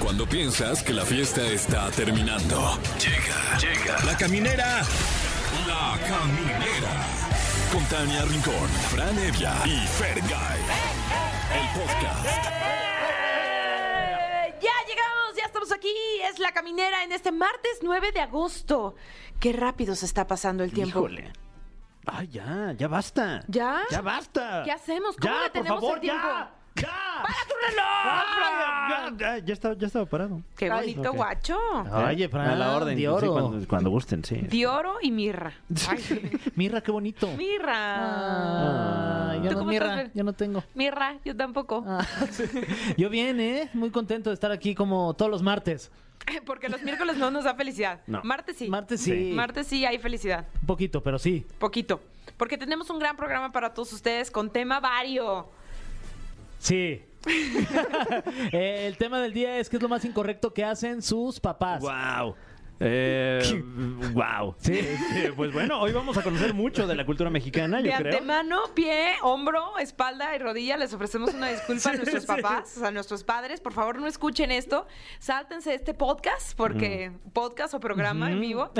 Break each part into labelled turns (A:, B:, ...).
A: Cuando piensas que la fiesta está terminando. Llega, llega. La caminera. La caminera. Con Tania Rincón, Fran Evia y Fergay. El podcast.
B: Eh, Ya llegamos, ya estamos aquí. Es la caminera en este martes 9 de agosto. Qué rápido se está pasando el tiempo.
C: Híjole. Ay, ya, ya basta.
B: ¿Ya?
C: Ya basta.
B: ¿Qué hacemos? ¿Cómo
C: ya,
B: detenemos
C: por favor,
B: el tiempo?
C: ya. ¡Ya!
B: ¡Para tu reloj!
C: Ya, ya, ya estaba, ya estaba parado.
B: Qué
C: Ay,
B: bonito
C: ok.
B: guacho.
C: Oye, Fran,
D: a la orden,
C: de
D: sí,
C: oro.
D: cuando-
C: cuando gusten, sí.
B: De oro y mirra. Ay,
C: Mirra, qué bonito.
B: mirra.
C: Ah,
B: ¿Tú
D: yo no,
B: cómo
D: mirra,
B: estás, Fer?
D: yo no tengo.
B: Mirra, yo tampoco.
D: Ah, sí. Yo bien, ¿eh? Muy contento de estar aquí como todos los martes.
B: Porque los miércoles no nos da felicidad.
C: No.
B: Martes sí.
D: Martes sí.
C: Sí.
B: Martes sí hay felicidad.
D: Un poquito, pero sí.
B: Poquito. Porque tenemos un gran programa para todos ustedes con tema vario.
D: Sí. Eh, el tema del día es qué es lo más incorrecto que hacen sus papás.
C: Wow. Eh, wow. Este, pues bueno, hoy vamos a conocer mucho de la cultura mexicana,
B: De
C: Ah, yo creo.
B: antemano, pie, hombro, espalda y rodilla, les ofrecemos una disculpa a
C: Sí,
B: nuestros
C: sí.
B: papás, a nuestros padres. Por favor, no escuchen esto. Sáltense este podcast, porque podcast o programa en vivo,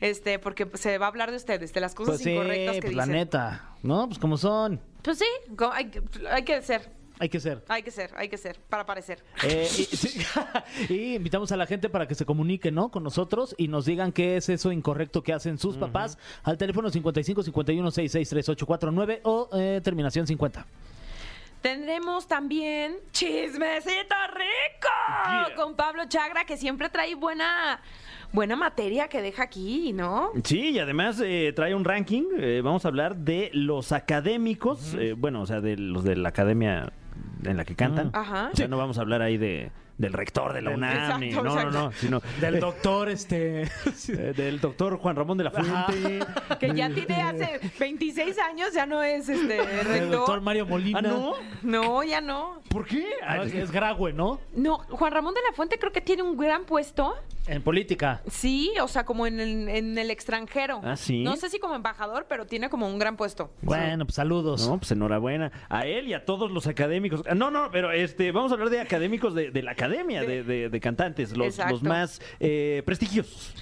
B: este, porque se va a hablar de ustedes, de las cosas
D: Pues sí,
B: incorrectas que
D: pues la
B: dicen.
D: neta. ¿No? Pues como son.
B: Pues sí, co- hay, que- hay que ser,
D: Hay que ser.
B: hay que ser, hay que ser, para parecer.
D: Eh, y, sí, y invitamos a la gente para que se comunique, ¿no? Con nosotros y nos digan qué es eso incorrecto que hacen sus papás al teléfono 55 51 66 3849 o eh, terminación 50.
B: Tendremos también chismecito rico con Pablo Chagra, que siempre trae buena, buena materia que deja aquí, ¿no?
C: Sí, y además eh, trae un ranking. eh, vamos a hablar de los académicos, eh, bueno, o sea, de los de la academia en la que cantan.
B: Ah. Ajá.
C: O sea, no vamos a hablar ahí de del rector de la
D: Del-
C: UNAM, ni-
B: Exacto,
C: no, no,
B: exacto.
C: no, sino
D: Del doctor, este.
C: eh, del doctor Juan Ramón de la Fuente.
B: Que ya tiene hace 26 años, ya no es este
D: Del doctor
B: rector.
D: Mario Molina.
C: ¿Ah, no?
B: No, ya no.
C: ¿Por qué?
D: Ah, es, es Graue, ¿no?
B: No, Juan Ramón de la Fuente creo que tiene un gran puesto.
D: En política.
B: Sí, o sea, como en el, en el extranjero.
C: ¿Ah, sí?
B: No sé si como embajador, pero tiene como un gran puesto.
D: Bueno, pues saludos.
C: No, pues enhorabuena a él y a todos los académicos. Ah, No, no, pero este, vamos a hablar de académicos de, de la academia de, de- de cantantes, los,
B: Exacto.
C: los más eh, prestigiosos.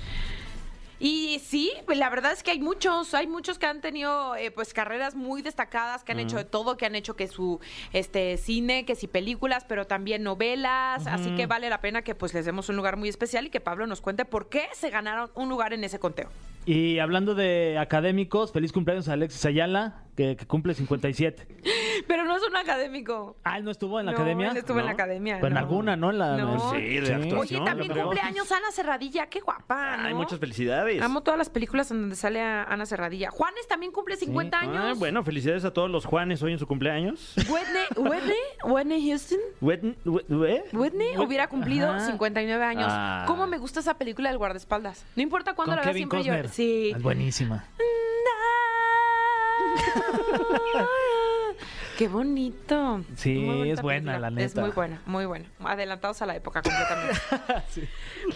B: Y sí, pues, la verdad es que hay muchos, hay muchos que han tenido eh, pues carreras muy destacadas, que han hecho de todo, que han hecho que su este cine, que si películas, pero también novelas, así que vale la pena que pues les demos un lugar muy especial y que Pablo nos cuente por qué se ganaron un lugar en ese conteo.
D: Y hablando de académicos, feliz cumpleaños a Alexis Ayala, que, que cumple 57.
B: Pero no es un académico.
D: Ah, él no estuvo en la
B: No,
D: academia.
B: él estuvo en la academia,
D: Pues en
B: no.
D: alguna, ¿no? En la-
B: No.
D: en-
C: Sí, de
B: Oye,
C: actuación,
B: y
C: yo
B: también
C: creo.
B: cumple años Ana Cerradilla, qué guapa, Ah, ¿no?
C: Hay muchas felicidades.
B: Amo todas las películas en donde sale a Ana Cerradilla. Juanes también cumple 50 años.
C: Ah, bueno, felicidades a todos los Juanes hoy en su cumpleaños.
B: Whitney, Whitney, Whitney Houston.
C: Wet- we- we-
B: Whitney hubiera cumplido 59 años.
C: Ah.
B: ¿Cómo me gusta esa película del guardaespaldas? No importa cuándo
D: Con
B: la vea,
D: Kevin
B: siempre
D: Costner.
B: yo. Sí.
D: Es buenísima.
B: Qué bonito.
D: Sí,
B: Muy bonita
D: es buena, la neta.
B: Es muy buena, muy buena. Adelantados a la época completamente.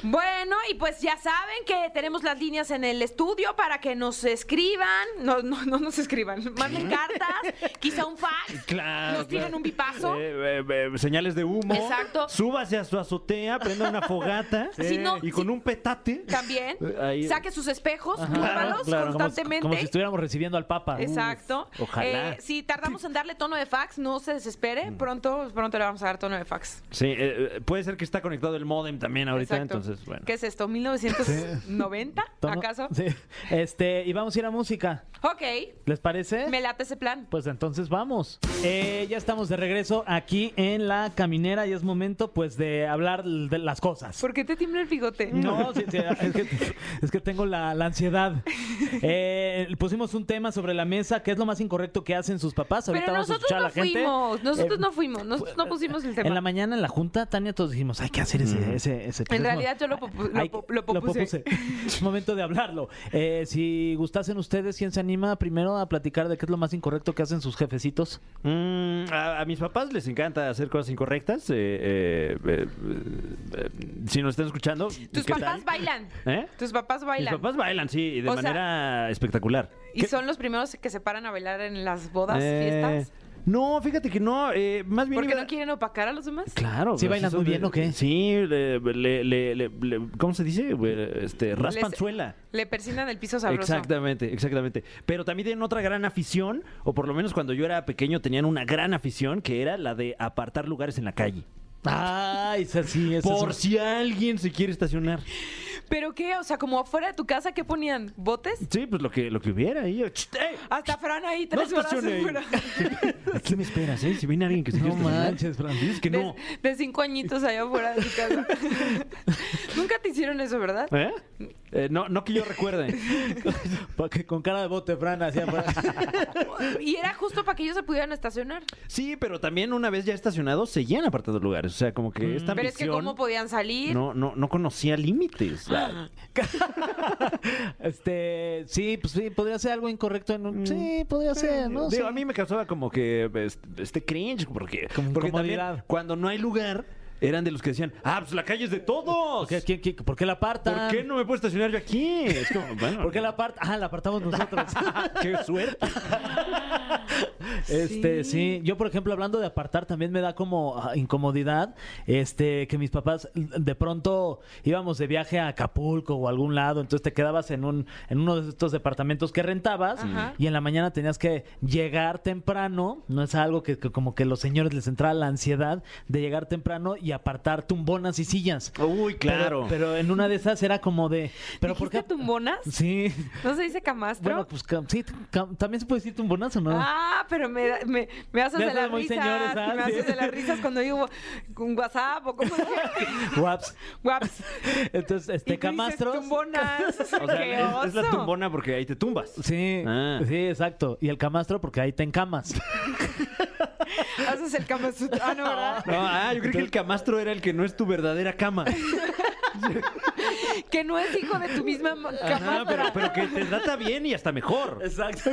B: Bueno, y pues ya saben que tenemos las líneas en el estudio para que nos escriban. No, no, no nos escriban. Manden cartas, quizá un fax.
C: Claro.
B: Nos tienen
C: claro.
B: un pipazo.
C: Eh, eh, eh, señales de humo.
B: Exacto.
C: Súbase a su azotea, prenda una fogata
B: Si no,
C: y con
B: si-
C: un petate.
B: También.
C: Ahí-
B: Saque sus espejos, muévalos
C: claro,
D: Como,
B: constantemente.
D: como si estuviéramos recibiendo al Papa.
B: Exacto.
C: Uf, ojalá.
B: Eh, si tardamos en darle tono de fax, no se desespere.
D: Mm.
B: Pronto, pronto le vamos a dar tono de fax.
C: Sí, eh, eh, puede ser que está conectado el modem también ahorita,
B: Exacto.
C: entonces, bueno.
B: ¿Qué es esto? ¿1990?
D: Tono-
B: ¿Acaso?
D: Sí. Este, y vamos a ir a música.
B: Ok.
D: ¿Les parece?
B: Me late ese plan.
D: Pues entonces vamos. Eh, ya estamos de regreso aquí en la caminera y es momento pues de hablar de las cosas.
B: ¿Por qué te tiembla el bigote?
D: No, pues, sí, sí, es, que, es que tengo la, la ansiedad. Eh, pusimos un tema sobre la mesa, que es lo más incorrecto que hacen sus papás. Ahorita
B: Pero
D: vamos
B: nosotros
D: a escuchar a
B: no
D: la gente.
B: fuimos. Nosotros
D: Eh,
B: no fuimos. Nosotros no pusimos el tema.
D: En la mañana en la junta, Tania, todos dijimos, hay que hacer ese, ese, ese
B: En
D: tema".
B: realidad yo lo popu- lo
D: Hay-
B: po- lo propuse.
D: Es momento de hablarlo. Eh, si gustasen ustedes, ¿quién se anima primero a platicar de qué es lo más incorrecto que hacen sus jefecitos?
C: Mm, a, a mis papás les encanta hacer cosas incorrectas. eh, eh, eh, eh, si nos están escuchando,
B: Tus
C: ¿qué
B: papás
C: tal?
B: bailan.
C: ¿Eh?
B: Tus papás bailan.
C: Mis papás bailan, sí, y de
B: O sea-
C: manera espectacular.
B: Y son los primeros que se paran a bailar en las bodas,
C: Eh,
B: fiestas.
C: No, fíjate que no, eh, más bien
B: ¿Por qué
C: iba-
B: no quieren opacar a los demás?
C: Claro.
D: ¿Sí
C: pues,
D: bailas
C: eso
D: muy
C: de-
D: bien o qué?
C: Sí, le, le- le- le- le- ¿cómo se dice? Eh, Este, raspanzuela.
B: Le persinan el piso sabroso.
C: Exactamente, exactamente. Pero también tienen otra gran afición, o por lo menos cuando yo era pequeño tenían una gran afición, que era la de apartar lugares en la calle.
D: Ay, esa sí, esa
C: Por
D: sí.
C: si alguien se quiere estacionar.
B: ¿Pero qué? O sea, como afuera de tu casa, ¿qué ponían? ¿Botes?
C: Sí, pues lo que, lo que hubiera ahí. ¡Eh!
B: Hasta Fran ahí,
C: No
B: tres horas
C: estacione ahí.
B: afuera.
C: Aquí me esperas, ¿eh? Si viene alguien que se
D: No
C: quiere estacionar.
D: manches, Fran.
C: Dices que
B: de,
C: no.
B: de cinco añitos allá afuera de tu casa. Nunca te hicieron eso, ¿verdad?
C: ¿Eh? Eh, no, no que yo recuerde.
D: Pa' que con cara de bote, Fran, hacia
B: Y era justo para que ellos se pudieran estacionar.
C: Sí, pero también una vez ya estacionados se llenan apartados lugares. O sea, como que esta
B: Mm. Pero es que
C: ambición
B: cómo Ah, podían salir.
C: no, no, no conocía límites. La-
D: Este, sí, pues sí, podría ser algo incorrecto en un... Sí, podría ser, ¿no?
C: Mm. Digo,
D: Sí.
C: a mí me causaba como que este, este cringe, porque,
D: Como
C: porque también
D: incomodidad.
C: cuando no hay lugar, eran de los que decían, ah, pues la calle es de todos.
D: ¿Por qué, quién- quién- por qué la apartan?
C: ¿Por qué no me puedo estacionar yo aquí? Es como, bueno, ah,
D: ¿Por qué la apartan? Ah, la apartamos nosotros.
C: qué suerte.
D: Este,
B: Sí.
D: sí. Yo, por ejemplo, hablando de apartar, también me da como ah, incomodidad, este, que mis papás de pronto íbamos de viaje a Acapulco o a algún lado, entonces te quedabas en un, en uno de estos departamentos que rentabas
B: Ajá.
D: y en la mañana tenías que llegar temprano, no es algo que, que como que los señores les entraba la ansiedad de llegar temprano y apartar tumbonas y sillas.
C: Uy, claro.
D: Pero, pero en una de esas era como de, pero ¿por
B: ¿Dijiste
D: qué?
B: tumbonas?
D: Sí.
B: ¿No se dice camastro?
D: Bueno, pues cam- sí, cam- también se puede decir tumbonas o no.
B: Ah, pero me, da- me, me haces
D: Me
B: de
D: haces
B: las
D: muy
B: risas.
D: señores, ¿ah?
B: Me haces
D: Sí.
B: de las risas cuando digo un WhatsApp o como
D: Guaps.
B: Guaps.
D: Entonces,
B: Y tú
D: este
B: dices
D: camastros.
B: tumbonas.
C: O sea,
B: ¡Qué
C: es- es, la
B: oso!
C: tumbona porque ahí te tumbas.
D: Sí,
C: Ah.
D: sí, exacto. Y el camastro, porque ahí te encamas.
B: Haces el camastro. Ah, no, ¿verdad?
C: No, ah, yo creo que el camastro era el que no es tu verdadera cama.
B: Que no es hijo de tu misma ma-
C: Ajá, pero,
B: camastra.
C: pero que te trata bien y hasta mejor.
D: Exacto.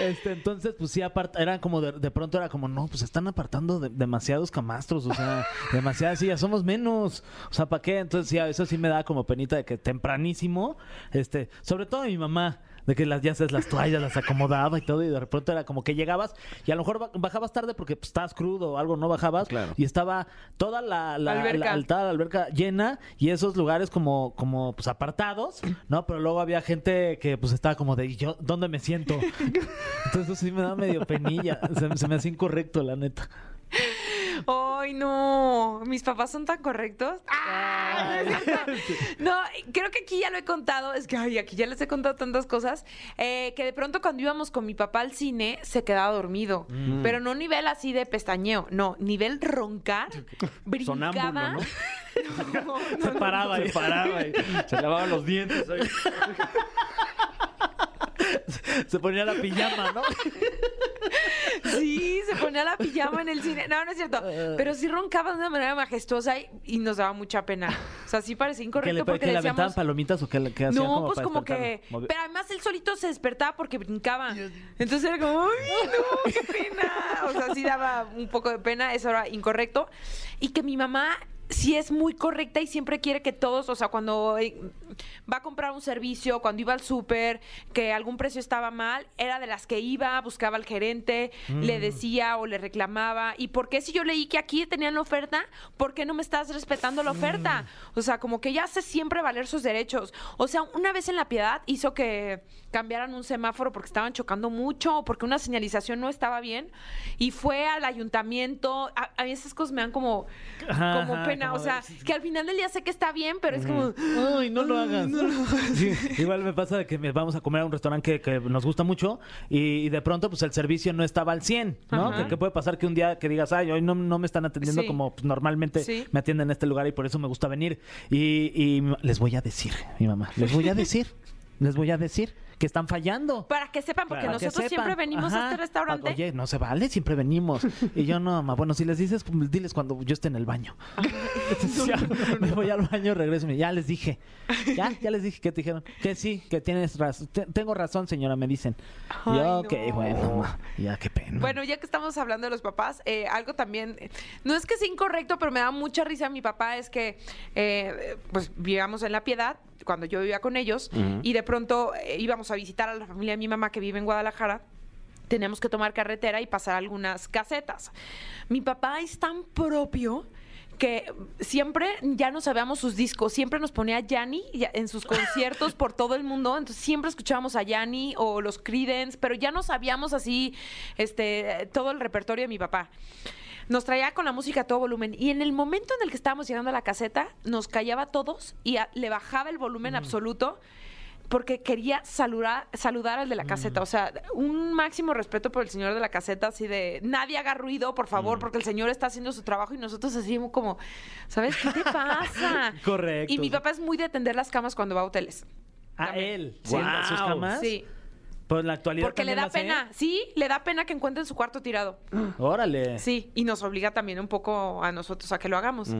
D: Este, entonces, pues sí, apart era como de, de pronto era como, no, pues están apartando de- demasiados camastros, o sea, demasiadas sillas, somos menos. O sea, ¿para qué? Entonces, sí, a eso sí me da como penita de que tempranísimo, este, sobre todo mi mamá. De que las, ya sabes, las toallas las acomodaba y todo, y de pronto era como que llegabas y a lo mejor ba- bajabas tarde porque pues, estabas crudo o algo, no bajabas,
C: Claro.
D: y estaba toda la, la,
B: Alberca.
D: la- estaba la alberca llena y esos lugares como, como pues apartados, ¿no? Pero luego había gente que pues estaba como de, ¿y yo dónde me siento? Entonces eso sí me da medio penilla, se, se me hace incorrecto, la neta.
B: Ay, no. Mis papás son tan correctos. ¡Ah! No, es cierto. No, creo que aquí ya lo he contado. Es que, ay, aquí ya les he contado tantas cosas. eh, que de pronto cuando íbamos con mi papá al cine, se quedaba dormido.
C: Mm.
B: Pero no nivel así de pestañeo. No, nivel roncar. Brincaba.
C: Sonámbulo,
B: No, no,
C: Se paraba, se paraba y se lavaba los dientes. ¿sabes?
D: Se ponía la pijama, ¿no?
B: Sí, se ponía la pijama en el cine. No, no es cierto.
D: Ah.
B: Pero sí roncaba de una manera majestuosa y, y nos daba mucha pena. O sea, sí parecía
D: ¿Que le,
B: incorrecto
D: que
B: porque
D: le aventaban
B: decíamos.
D: palomitas o qué, le- qué hacían?
B: No, pues
D: para
B: como que.
D: despertarlo? Movi-
B: Pero además él solito se despertaba porque brincaba. Entonces era como, ¡ay, no! ¡Qué pena! O sea, sí daba un poco de pena, eso era incorrecto. Y que mi mamá sí es muy correcta y siempre quiere que todos, o sea, cuando eh, va a comprar un servicio, cuando iba al súper, que algún precio estaba mal, era de las que iba, buscaba al gerente,
D: Mm.
B: le decía o le reclamaba. ¿Y por qué si yo leí que aquí tenían la oferta, por qué no me estás respetando la oferta?
D: Mm.
B: O sea, como que ella hace siempre valer sus derechos. O sea, una vez en La Piedad hizo que cambiaran un semáforo porque estaban chocando mucho o porque una señalización no estaba bien y fue al ayuntamiento. A, a mí esas cosas me dan como,
D: Ajá,
B: como
D: ajá,
B: pena. o
D: como
B: sea,
D: de-
B: que al final del día sé que está bien, pero es como...
D: Ay, no lo
B: Ay,
D: hagas.
B: no lo
D: Sí, igual me pasa de que me- vamos a comer a un restaurante que, que nos gusta mucho y, y de pronto pues el servicio no estaba al 100, ¿no?
B: Ajá.
D: Que, que puede pasar que un día que digas, ay, hoy no, no me están atendiendo
B: Sí.
D: como pues, normalmente
B: Sí.
D: me atienden en este lugar y por eso me gusta venir. Y, y m- les voy a decir, mi mamá, les voy a decir, les voy a decir que están fallando.
B: Para que sepan, porque
D: Para que
B: nosotros
D: sepan.
B: siempre venimos a
D: Ajá.
B: este restaurante.
D: Oye, no se vale, siempre venimos. Y yo no, mamá. Bueno, si les dices, pues, diles cuando yo esté en el baño.
B: Ah.
D: Entonces, ya, me voy al baño, regreso. y me- Ya les dije. Ya, ya les dije que te dijeron. Que sí, que tienes razón. Tengo razón, señora, me dicen. Y
B: Ay,
D: yo, ok,
B: no.
D: bueno, ma, ya qué pena.
B: Bueno, ya que estamos hablando de los papás, eh, algo también, eh, no es que sea incorrecto, pero me da mucha risa mi papá, es que eh, pues vivíamos en La Piedad cuando yo vivía con ellos y de pronto eh, íbamos a visitar a la familia de mi mamá que vive en Guadalajara. teníamos que tomar carretera y pasar algunas casetas. Mi papá es tan propio que siempre ya no sabíamos sus discos, siempre nos ponía Yanni en sus conciertos por todo el mundo, entonces siempre escuchábamos a Yanni o los Creedence, pero ya no sabíamos así este todo el repertorio de mi papá. Nos traía con la música a todo volumen y en el momento en el que estábamos llegando a la caseta nos callaba a todos y a- le bajaba el volumen absoluto porque quería saludar, saludar al de la caseta. O sea, un máximo respeto por el señor de la caseta, así de nadie haga ruido, por favor, porque el señor está haciendo su trabajo y nosotros así como, ¿sabes qué te pasa?
D: Correcto.
B: Y mi papá es muy de atender las camas cuando va a hoteles.
D: A
B: También.
D: él.
C: Sí.
D: ¿Sienta sus
C: Wow.
D: camas?
B: Sí.
D: Pero en la actualidad
B: Porque le
D: ¿Ah? también
B: da
D: las hace.
B: pena, sí, le da pena que encuentren su cuarto tirado.
D: Órale.
B: Sí, y nos obliga también un poco a nosotros a que lo hagamos.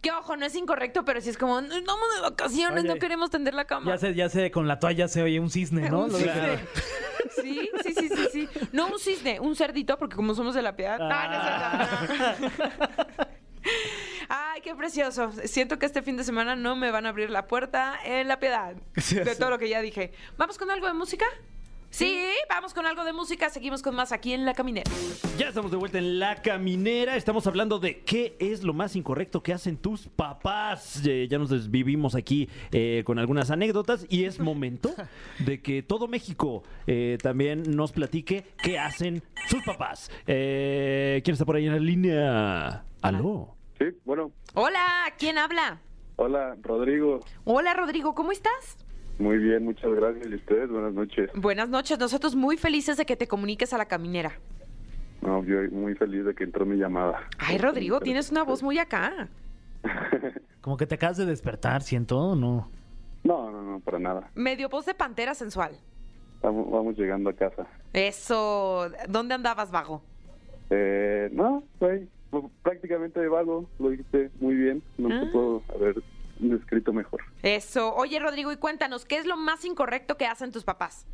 B: Que ojo, no es incorrecto, pero sí es como, "No, estamos de vacaciones,
D: Oye,
B: no queremos tender la cama.
D: Ya sé, ya sé, con la toalla se oye un cisne, ¿no?
B: Un
D: Lo
B: cisne.
D: deja-
B: Sí, sí, sí, sí, sí. No un cisne, un cerdito, porque como somos de la piedad.
D: Ah.
B: No, no es cierto, no. Ay, qué precioso. Siento que este fin de semana no me van a abrir la puerta en la piedad.
D: Sí,
B: De
D: sí.
B: todo lo que ya dije. ¿Vamos con algo de música? Sí, vamos con algo de música. Seguimos con más aquí en La Caminera.
C: Ya estamos de vuelta en La Caminera. Estamos hablando de qué es lo más incorrecto que hacen tus papás. Eh, ya nos desvivimos aquí eh, con algunas anécdotas y es momento de que todo México eh, también nos platique qué hacen sus papás. Eh, ¿Quién está por ahí en la línea? Aló.
E: Sí, bueno,
B: Hola, ¿quién habla?
E: hola Rodrigo,
B: Hola, Rodrigo, ¿cómo estás?
E: muy bien, muchas gracias y ustedes, buenas noches.
B: Buenas noches. Nosotros muy felices de que te comuniques a La Caminera.
E: No, yo muy feliz de que entró mi llamada.
B: Ay, Rodrigo, tienes una voz muy acá.
D: Como que te acabas de despertar, siento, ¿o ¿no?
E: No, no, no, para nada.
B: Medio voz de pantera sensual.
E: Vamos, vamos llegando a casa.
B: Eso, ¿dónde andabas, vago?
E: Eh, no, güey, pues, prácticamente de vago, lo dijiste muy bien, no te
B: Ah.
E: puedo haber descrito mejor.
B: Eso, oye Rodrigo, y cuéntanos, ¿qué es lo más incorrecto que hacen tus papás?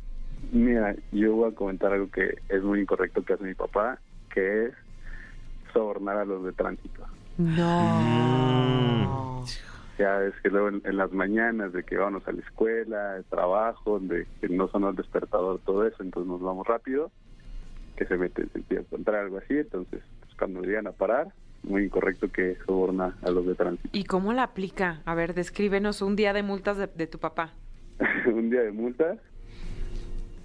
E: Mira, yo voy a comentar algo que es muy incorrecto que hace mi papá, que es sobornar a los de tránsito.
B: No.
E: Ya es que luego en, en las mañanas de que vamos a la escuela, de trabajo, de que no sonó el despertador, todo eso, entonces nos vamos rápido, que se mete en sentido contrario, algo así, entonces pues, cuando llegan a parar, muy incorrecto que soborna a los de tránsito.
B: ¿Y cómo la aplica? A ver, descríbenos un día de multas de, de tu papá.
E: Un día de multa,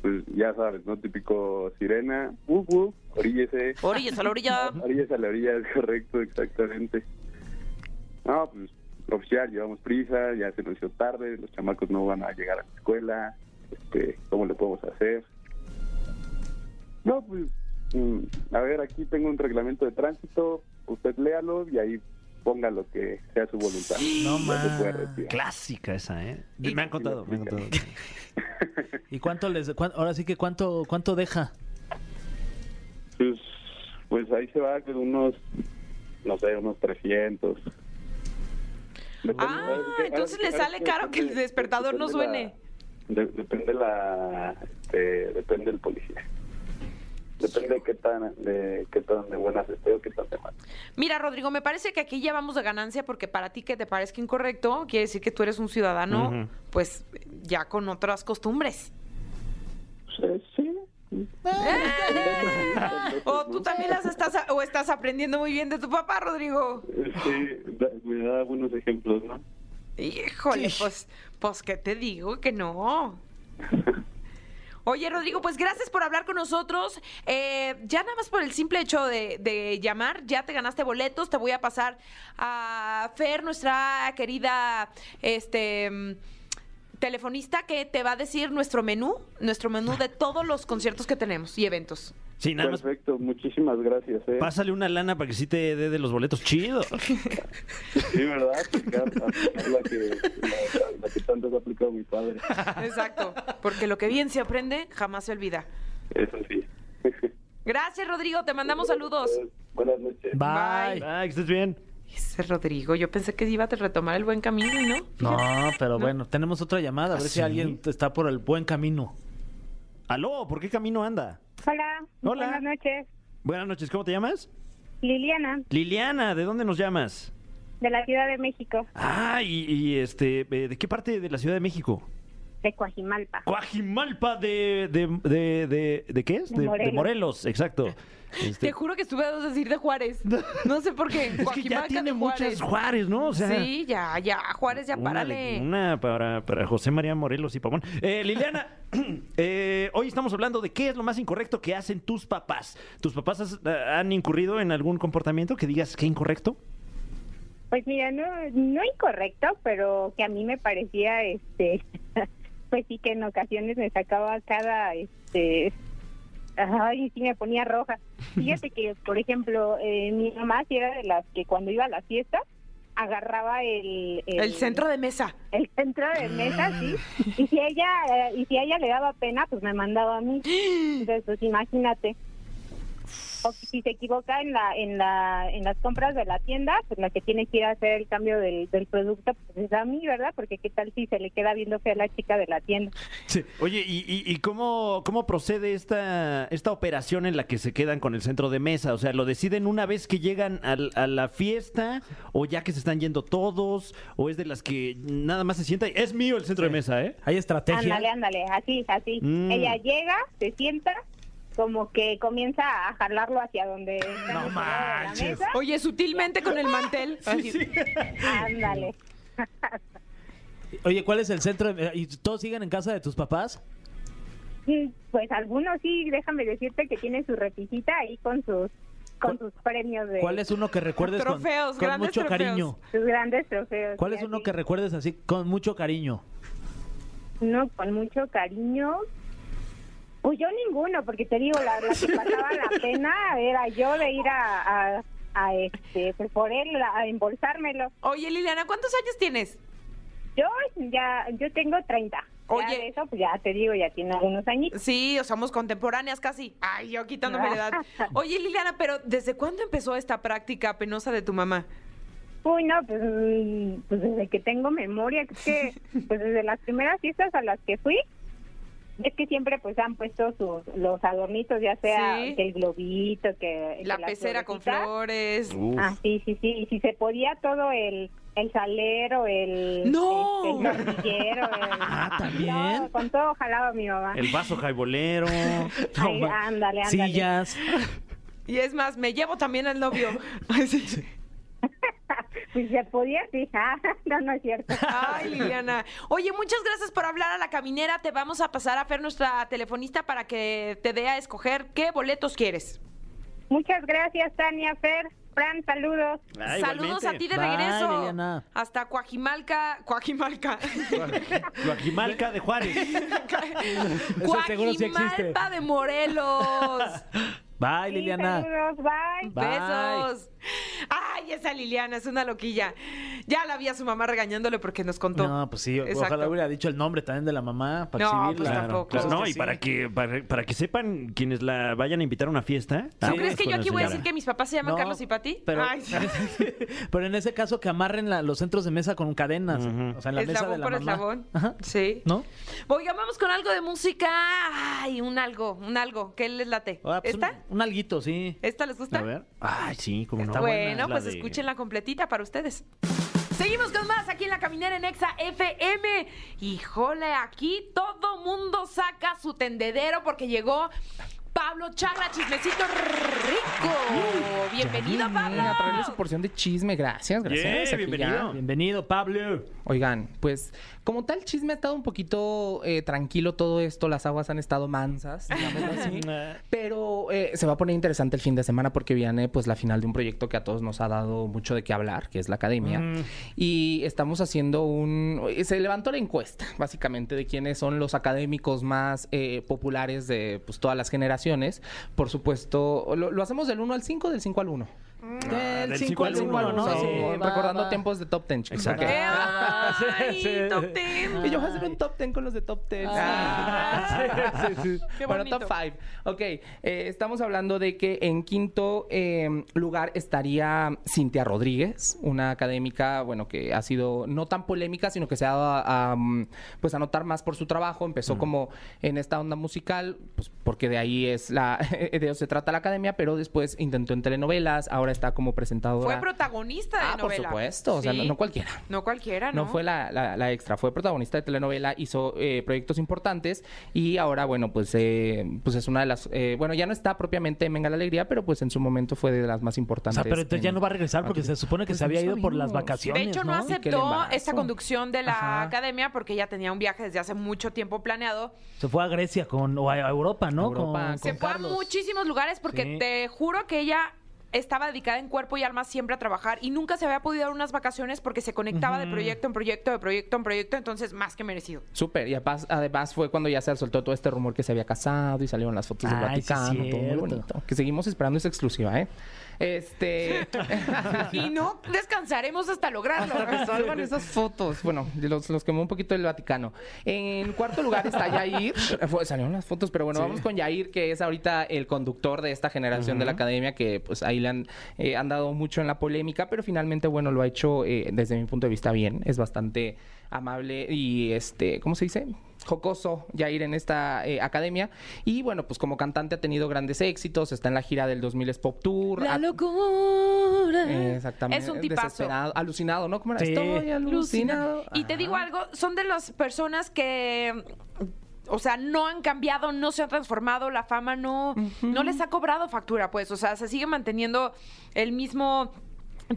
E: pues ya sabes, ¿no? Típico sirena, uh, uh, oríllese,
B: Orillas a la orilla.
E: orillas a la orilla, es correcto, exactamente. No, pues oficial, llevamos prisa, ya se nos hizo tarde, los chamacos no van a llegar a la escuela, este, ¿cómo le podemos hacer? No, pues, mm, a ver, aquí tengo un reglamento de tránsito, usted léalo y ahí ponga lo que sea su voluntad.
D: No
E: Ya se puede
D: ma.
E: retirar.
C: Clásica esa, ¿eh? Me han contado, me han contado.
D: ¿Y cuánto les... cuán- ahora sí que cuánto, cuánto deja?
E: Pues, pues ahí se va con unos, no sé, unos 300. Depende-
B: Ah,
E: ahora sí que-
B: entonces le
E: ahora sí ahora
B: sale
E: sí
B: caro que el
E: depende-
B: despertador no
E: depende
B: suene.
E: la- de- depende la, este, depende el policía. Depende de qué tan de qué tan de buenas esté o qué tan de malas.
B: Mira, Rodrigo, me parece que aquí ya vamos de ganancia porque para ti que te parezca incorrecto, quiere decir que tú eres un ciudadano,
C: Ujú.
B: pues ya con otras costumbres.
E: Pues, sí.
B: O tú también las estás, a- o estás aprendiendo muy bien de tu papá, Rodrigo.
E: Sí, da- me da algunos ejemplos, ¿no?
B: Híjole, pues, pues qué te digo que no. Oye, Rodrigo, pues gracias por hablar con nosotros. Eh, ya nada más por el simple hecho de, de llamar, ya te ganaste boletos. Te voy a pasar a Fer, nuestra querida este mm, telefonista, que te va a decir nuestro menú, nuestro menú de todos los conciertos que tenemos y eventos.
C: Sí, nada más.
E: Perfecto, muchísimas gracias. ¿eh?
C: Pásale una lana para que sí te dé de los boletos. Chido.
E: Sí, ¿verdad? Aplicar- aplicar La que, la- la que tanto se ha aplicado mi padre.
B: Exacto, porque lo que bien se aprende jamás se olvida.
E: Eso sí.
B: Gracias, Rodrigo, te mandamos saludos.
E: Buenas noches.
D: Bye.
C: Ah, que estés bien.
B: Ese Rodrigo, yo pensé que iba a retomar el buen camino, ¿no?
D: No, ¿Ah,
B: Fíjate.
D: pero bueno, tenemos otra llamada, a ver si alguien está por el buen camino.
C: Aló, ¿por qué camino anda?
F: Hola,
C: Hola.
F: buenas noches.
C: Buenas noches, ¿cómo te llamas?
F: Liliana,
C: Liliana, ¿de dónde nos llamas?
F: de la Ciudad de México,
C: Ah, y, y, este, eh, ¿de qué parte de la Ciudad de México?
F: de Coajimalpa.
C: Coajimalpa de, de, de, de, de qué es?
F: De Morelos.
C: exacto. Este,
B: Te juro que estuve a dos de decir de Juárez. No sé por qué.
C: es que ya
B: Coajimalpa
C: tiene
B: de Juárez.
C: muchas Juárez, ¿no? O sea,
B: Sí, ya, ya. Juárez, ya
C: Una,
B: párale.
C: de- una para, para José María Morelos y Pavón. Eh, Liliana, eh, hoy estamos hablando de qué es lo más incorrecto que hacen tus papás. ¿Tus papás has- ah, han incurrido en algún comportamiento que digas que incorrecto?
F: Pues mira, no, no incorrecto, pero que a mí me parecía, este, pues sí que en ocasiones me sacaba cada, este, ay, sí me ponía roja. Fíjate que, por ejemplo, eh, mi mamá sí era de las que cuando iba a la fiesta agarraba el,
B: El centro Ah. de mesa.
F: el centro de mesa, sí. Y si ella eh, y si a ella le daba pena, pues me mandaba a mí. Entonces, pues, imagínate. O si se equivoca en la en la en las compras de la tienda, pues la que tiene que ir a hacer el cambio del, del producto pues es a mí, ¿verdad? Porque qué tal si se le queda viendo fea a la chica de la tienda.
C: Oye, ¿y, y- y cómo, cómo procede esta, esta operación en la que se quedan con el centro de mesa? O sea, ¿lo deciden una vez que llegan al- a la fiesta o ya que se están yendo todos o es de las que nada más se sienta y es mío el centro de mesa, ¿eh?
D: Hay estrategia.
F: Ándale, ándale, así, así.
C: Mm.
F: Ella llega, se sienta, como que comienza a jalarlo hacia donde está
D: No
F: el colgado de la
D: manches.
F: mesa.
B: Oye, sutilmente con el mantel. Así.
F: Ándale.
D: Oye, ¿cuál es el centro? de- eh, ¿Y todos siguen en casa de tus papás?
F: Mm, Pues algunos sí, déjame decirte que tiene su repisita ahí con sus con sus premios de
D: ¿Cuál es uno que recuerdes con-
B: Trofeos,
D: con,
B: grandes
D: mucho
B: trofeos.
D: cariño?
F: sus grandes trofeos.
D: ¿Cuál
F: sí,
D: es uno
F: así.
D: que recuerdes así con mucho cariño?
F: No, con mucho cariño. Pues yo ninguno, porque te digo, la, la que pasaba la pena era yo de ir a, a, a, este, pues por él, a, a embolsármelo.
B: Oye, Liliana, ¿cuántos años tienes?
F: Yo ya, yo tengo 30. Ya
B: Oye.
F: de eso, pues ya te digo, ya tiene algunos añitos.
B: Sí, o somos contemporáneas casi. Ay, yo quitándome la edad. Oye, Liliana, pero ¿desde cuándo empezó esta práctica penosa de tu mamá?
F: Uy, no, pues, mm, pues desde que tengo memoria, es que pues desde las primeras fiestas a las que fui, es que siempre pues han puesto sus, los adornitos, ya sea
B: Sí.
F: que el globito, que
B: La
F: que las
B: pecera con
F: florecitas.
B: flores.
F: Ah, sí, sí, sí, y si se podía todo el el salero, el
B: ¡No!
F: este, el tortillero, el-
D: Ah, ¿también?
F: todo, con todo jalaba mi mamá.
C: El vaso jaibolero.
F: Ay, ándale, ándale.
D: Sillas.
B: Y es más, me llevo también al novio. Ay, sí.
F: Si se podía, sí, ah, no, no es cierto.
B: Ay, Liliana. Oye, muchas gracias por hablar a la caminera. Te vamos a pasar a Fer, nuestra telefonista, para que te dé a escoger qué boletos quieres.
F: Muchas gracias, Tania, Fer, Fran, saludos.
C: Ah,
B: Saludos a ti
C: igualmente.
B: de
D: Bye,
B: regreso.
D: Liliana.
B: Hasta Coajimalca. Coajimalca.
C: Guajimalca de Juárez.
D: seguro sí existe.
B: Coajimalpa de Morelos.
D: Bye,
F: Sí,
D: Liliana.
F: saludos, bye.
D: Bye.
B: Besos. Ay, esa Liliana es una loquilla. Ya la vi a su mamá regañándole porque nos contó.
D: No, pues sí, ojalá
B: Exacto.
D: hubiera dicho el nombre también de la mamá para
B: No,
D: exhibirla.
B: pues
C: Claro,
B: tampoco.
C: claro.
B: Pues
C: No, y para que para, para que sepan quienes la vayan a invitar a una fiesta.
B: ¿Tú
C: vamos
B: crees que
C: con
B: yo
C: la
B: aquí voy a
C: señora.
B: decir que mis papás se llaman
D: No,
B: Carlos y Pati?
D: Pero,
B: Ay, sí.
D: pero en ese caso que amarren la- los centros de mesa con cadenas. O sea, en la mesa de
B: Eslabón
D: la
B: por
D: mamá.
B: eslabón.
D: Ajá.
B: Sí.
D: ¿No?
B: Oigan, vamos con algo de música. Ay, un algo, un algo. ¿Qué les late?
D: Ah, pues
B: ¿Esta?
D: Un, un alguito, sí.
B: ¿Esta les gusta?
C: A ver. Ay, sí, como no.
D: Está buena,
B: bueno,
C: es la
B: pues
C: de-
B: escúchenla completita para ustedes. Seguimos con más aquí en la caminera en Exa FM. Híjole, aquí todo mundo saca su tendedero porque llegó Pablo Chagra, chismecito rico. Bienvenido, Pablo.
G: A traerle su porción de chisme, gracias, gracias.
C: Yeah,
G: Aquí
C: bienvenido.
G: ya.
D: Bienvenido, Pablo.
G: Oigan, pues como tal chisme ha estado un poquito eh, tranquilo todo esto, las aguas han estado mansas, digámoslo así. pero eh, se va a poner interesante el fin de semana porque viene pues la final de un proyecto que a todos nos ha dado mucho de qué hablar, que es la academia.
C: Mm.
G: Y estamos haciendo un... eh, Se levantó la encuesta, básicamente, de quiénes son los académicos más eh, populares de pues, todas las generaciones. Por supuesto, lo, lo hacemos del 1 al 5, del 5 al 1.
C: Ah, del cinco al uno,
G: ¿no?
C: sí.
G: Sí,
D: Va,
G: recordando
D: va.
G: tiempos de top 10. chicos.
C: Exacto.
G: Ok.
B: Eh,
D: Sí,
B: ay,
D: sí.
B: top ten.
G: Y yo voy a hacer un top 10 con los de top 10.
B: Ah. Qué
G: bueno,
B: bonito.
G: top 5. Ok, eh, estamos hablando de que en quinto eh, lugar estaría Cintia Rodríguez, una académica, bueno, que ha sido no tan polémica, sino que se ha dado a, a, mm, pues, a notar más por su trabajo. Empezó como en esta onda musical, pues porque de ahí es la, de eso se trata la academia, pero después intentó en telenovelas, ahora ahora está como presentadora.
B: Fue protagonista de
G: Ah, por
B: novela.
G: supuesto, o sea, no-
B: Sí.
G: no cualquiera.
B: No cualquiera, ¿no?
G: No fue la, la- la extra, fue protagonista de telenovela, hizo eh, proyectos importantes y ahora, bueno, pues, eh, pues es una de las. eh, bueno, ya no está propiamente en Venga la Alegría, pero pues en su momento fue de las más
D: O
G: importantes.
D: sea, pero entonces ya
G: en-
D: no va a regresar porque
G: aquí.
D: se supone que
G: Pues
D: se
G: no
D: había ido por las
G: sabíamos.
D: vacaciones.
B: De hecho, no,
D: ¿no?
G: hace- Y que el
B: aceptó
G: embarazo.
B: esta conducción de la
G: Ajá.
B: academia porque ya tenía un viaje desde hace mucho tiempo planeado.
D: Se fue a Grecia con, o a a Europa, ¿no?
G: Europa,
D: Con-
G: con-
B: Se fue a muchísimos lugares porque
D: Sí.
B: te juro que ella estaba dedicada en cuerpo y alma siempre a trabajar y nunca se había podido dar unas vacaciones porque se conectaba de proyecto en proyecto, de proyecto en proyecto, entonces más que merecido.
G: Súper, y apas- además fue cuando ya se soltó todo este rumor que se había casado y salieron las fotos del
D: Ay, sí,
G: Vaticano, todo muy
D: cierto.
G: bonito. Que seguimos esperando esa exclusiva, ¿eh? Este.
B: Y no descansaremos hasta lograrlo.
G: Hasta que salgan esas fotos. Bueno, los, los quemó un poquito el Vaticano. En cuarto lugar está Yair. Fue- salieron las fotos, pero bueno, vamos con Yair, que es ahorita el conductor de esta generación de la academia, que pues ahí le han, eh, han dado mucho en la polémica, pero finalmente, bueno, lo ha hecho eh, desde mi punto de vista bien. Es bastante amable y, este, ¿cómo se dice? jocoso Jair en esta eh, academia y bueno pues como cantante ha tenido grandes éxitos está en la gira del 2000 es Pop Tour ha- eh,
B: locura.
G: Exactamente.
B: Es un tipazo.
G: Desesperado, alucinado, ¿no? ¿Cómo era?
D: Sí.
G: Estoy alucinado.
B: Y te
G: Ajá.
B: digo algo, son de las personas que, o sea, no han cambiado, no se han transformado, la fama no, no les ha cobrado factura, pues, o sea, se sigue manteniendo el mismo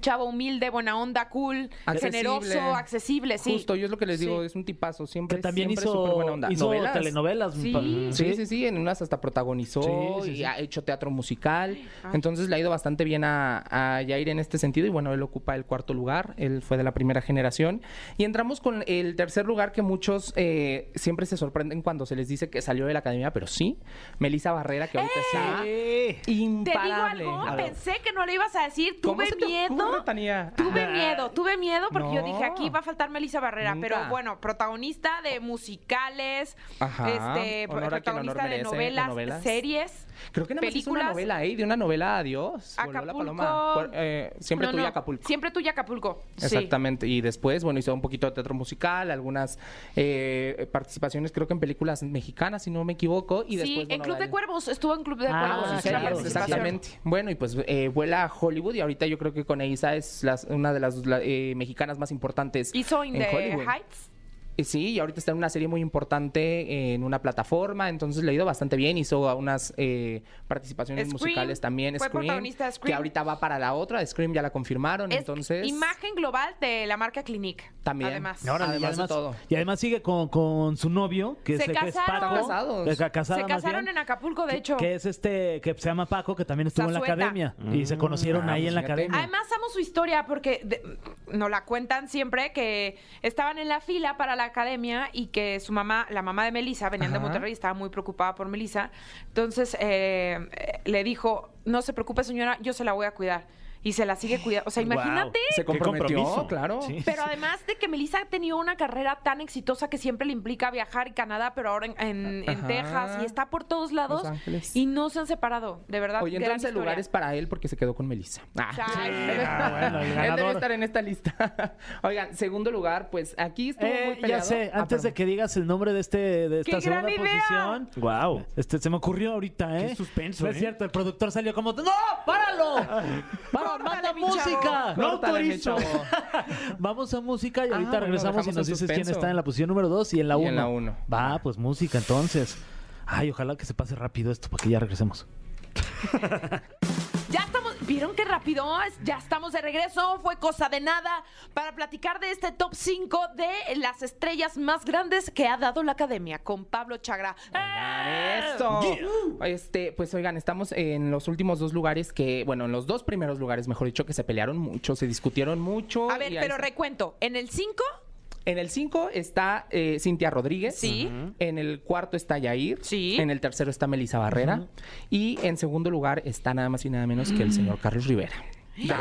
B: chavo humilde, buena onda, cool,
G: Accesible.
B: generoso, accesible, sí.
G: Justo, yo es lo que les digo,
B: Sí.
G: es un tipazo. Siempre,
D: Que también
G: siempre súper buena
D: hizo,
G: onda.
D: hizo
G: ¿Novelas?
D: telenovelas.
B: Sí.
D: pa-
G: Sí, sí, sí, en unas hasta protagonizó
D: Sí, sí,
G: y
D: sí.
G: ha hecho teatro musical.
B: Ah.
G: Entonces le ha ido bastante bien a, a Yair en este sentido y bueno, él ocupa el cuarto lugar, él fue de la primera generación. Y entramos con el tercer lugar que muchos eh, siempre se sorprenden cuando se les dice que salió de la academia, pero sí, Melissa Barrera, que ahorita
D: ¡Eh!
G: está
B: Te digo
G: imparable.
B: algo,
G: A ver.
B: pensé que no le ibas a decir,
G: ¿Cómo
B: tuve
G: se te ocurre,
B: miedo.
G: Tania?
B: Tuve miedo, tuve miedo porque yo dije
G: No.
B: aquí va a faltar Melissa Barrera,
G: Nunca.
B: pero bueno, protagonista de musicales,
G: Ajá.
B: este,
G: Honor a quien honor
B: protagonista de
G: merece, de
B: novelas,
G: novelas.
B: series,
G: Creo que nada más hizo una
B: películas.
G: novela, ¿eh? De una novela, adiós. Voló la
B: Acapulco.
G: paloma. Cuer- eh, siempre
B: No,
G: tuya
B: no,
G: Acapulco.
B: Siempre tuya Acapulco. sí.
G: Exactamente. Y después, bueno, hizo un poquito de teatro musical, algunas eh, participaciones, creo que en películas mexicanas, si no me equivoco. Y
B: Sí,
G: después,
B: en
G: bueno,
B: Club de
G: vale.
B: Cuervos, estuvo en Club de
D: Ah,
B: Cuervos.
D: bueno,
B: hizo la
D: claro,
B: participación.
G: exactamente. Bueno, y pues eh, vuela a Hollywood y ahorita yo creo que con Eiza es las- una de las la- eh, mexicanas más importantes
B: Hizo In
G: en
B: the
G: Hollywood.
B: Heights.
G: Y Eh, Sí, y ahorita está en una serie muy importante eh, en una plataforma, entonces le ha ido bastante bien, hizo a unas eh, participaciones
B: Scream,
G: musicales también,
B: fue
G: Scream,
B: protagonista de
G: que
B: Scream.
G: ahorita va para la otra, Scream ya la confirmaron,
B: Es
G: entonces
B: Imagen global de la marca Clinique.
G: También.
B: Además.
G: No,
D: Órale,
G: Además
D: y,
G: de
D: además,
G: todo.
D: y además sigue con, con su novio, que
B: Se
D: es, que es
B: casaron.
D: Paco.
G: Están casados.
D: Eh, ca- casada
B: Se
D: más
B: casaron
D: bien,
B: en Acapulco, de
D: que-
B: hecho.
D: Que es este, que se llama Paco, que también estuvo en la
B: Zazueta.
D: academia. Y se conocieron
G: Ah,
D: ahí
G: pues
D: en la
G: fíjate.
D: academia.
B: Además, amo su historia porque de- nos la cuentan siempre que estaban en la fila para la academia y que su mamá, la mamá de Melissa, venían de
G: Ajá.
B: Monterrey, estaba muy preocupada por Melissa. Entonces eh, eh, le dijo: No se preocupe, señora, yo se la voy a cuidar. Y se la sigue cuidando. O sea, imagínate.
G: Se
C: Qué
G: comprometió,
C: compromiso.
G: claro.
C: Sí.
B: Pero además de que Melissa ha tenido una carrera tan exitosa que siempre le implica viajar a Canadá, pero ahora en, en- en
G: Ajá.
B: Texas y está por todos lados
G: Los Ángeles.
B: y no se han separado, de verdad.
G: Oye,
B: gran
G: entonces el lugar
B: historia.
G: es para él porque se quedó con Melissa. Ah.
B: Sí,
D: ah, bueno, el
G: Él debe
D: ganador.
G: estar en esta lista. Oigan, segundo lugar, pues aquí estuvo
D: Eh,
G: muy
D: ya
G: peleado.
D: sé,
G: Ah,
D: antes de
G: perdón.
D: que digas el nombre de este de esta
B: ¡Qué
D: segunda
B: gran idea!
D: posición.
C: Wow.
D: Este, se me ocurrió ahorita, ¿eh?
C: Qué suspenso,
D: No es
C: ¿eh?
D: cierto, el productor salió como, ¡No, páralo! ¡Para,
B: Córtale,
D: manda
B: mi chavo.
D: música!
G: No autorizo.
D: Vamos a música y
G: Ah,
D: ahorita
G: bueno,
D: regresamos y
G: dejamos
D: nos
G: en
D: dices quién
G: suspenso.
D: está en la posición número 2 y en la
G: Y
D: 1.
G: en la uno.
D: Va, pues música entonces. Ay, ojalá que se pase rápido esto para que ya regresemos.
B: Ya estamos, ¿vieron qué rápido? Ya estamos de regreso, fue cosa de nada para platicar de este top 5 de las estrellas más grandes que ha dado la academia con Pablo Chagra. ¡Eh!
G: Eso.
B: uh.
G: Este, pues oigan, estamos en los últimos dos lugares que, bueno, en los dos primeros lugares, mejor dicho, que se pelearon mucho, se discutieron mucho.
B: A ver,
G: y ahí
B: pero
G: está.
B: recuento, en el 5,
G: en el 5 está eh, Cintia Rodríguez.
B: Sí.
G: En el cuarto está Yair.
B: Sí.
G: En el tercero está Melissa Barrera. Y en segundo lugar está nada más y nada menos
B: Mm.
G: que el señor Carlos Rivera.
B: ¿qué? ¿Y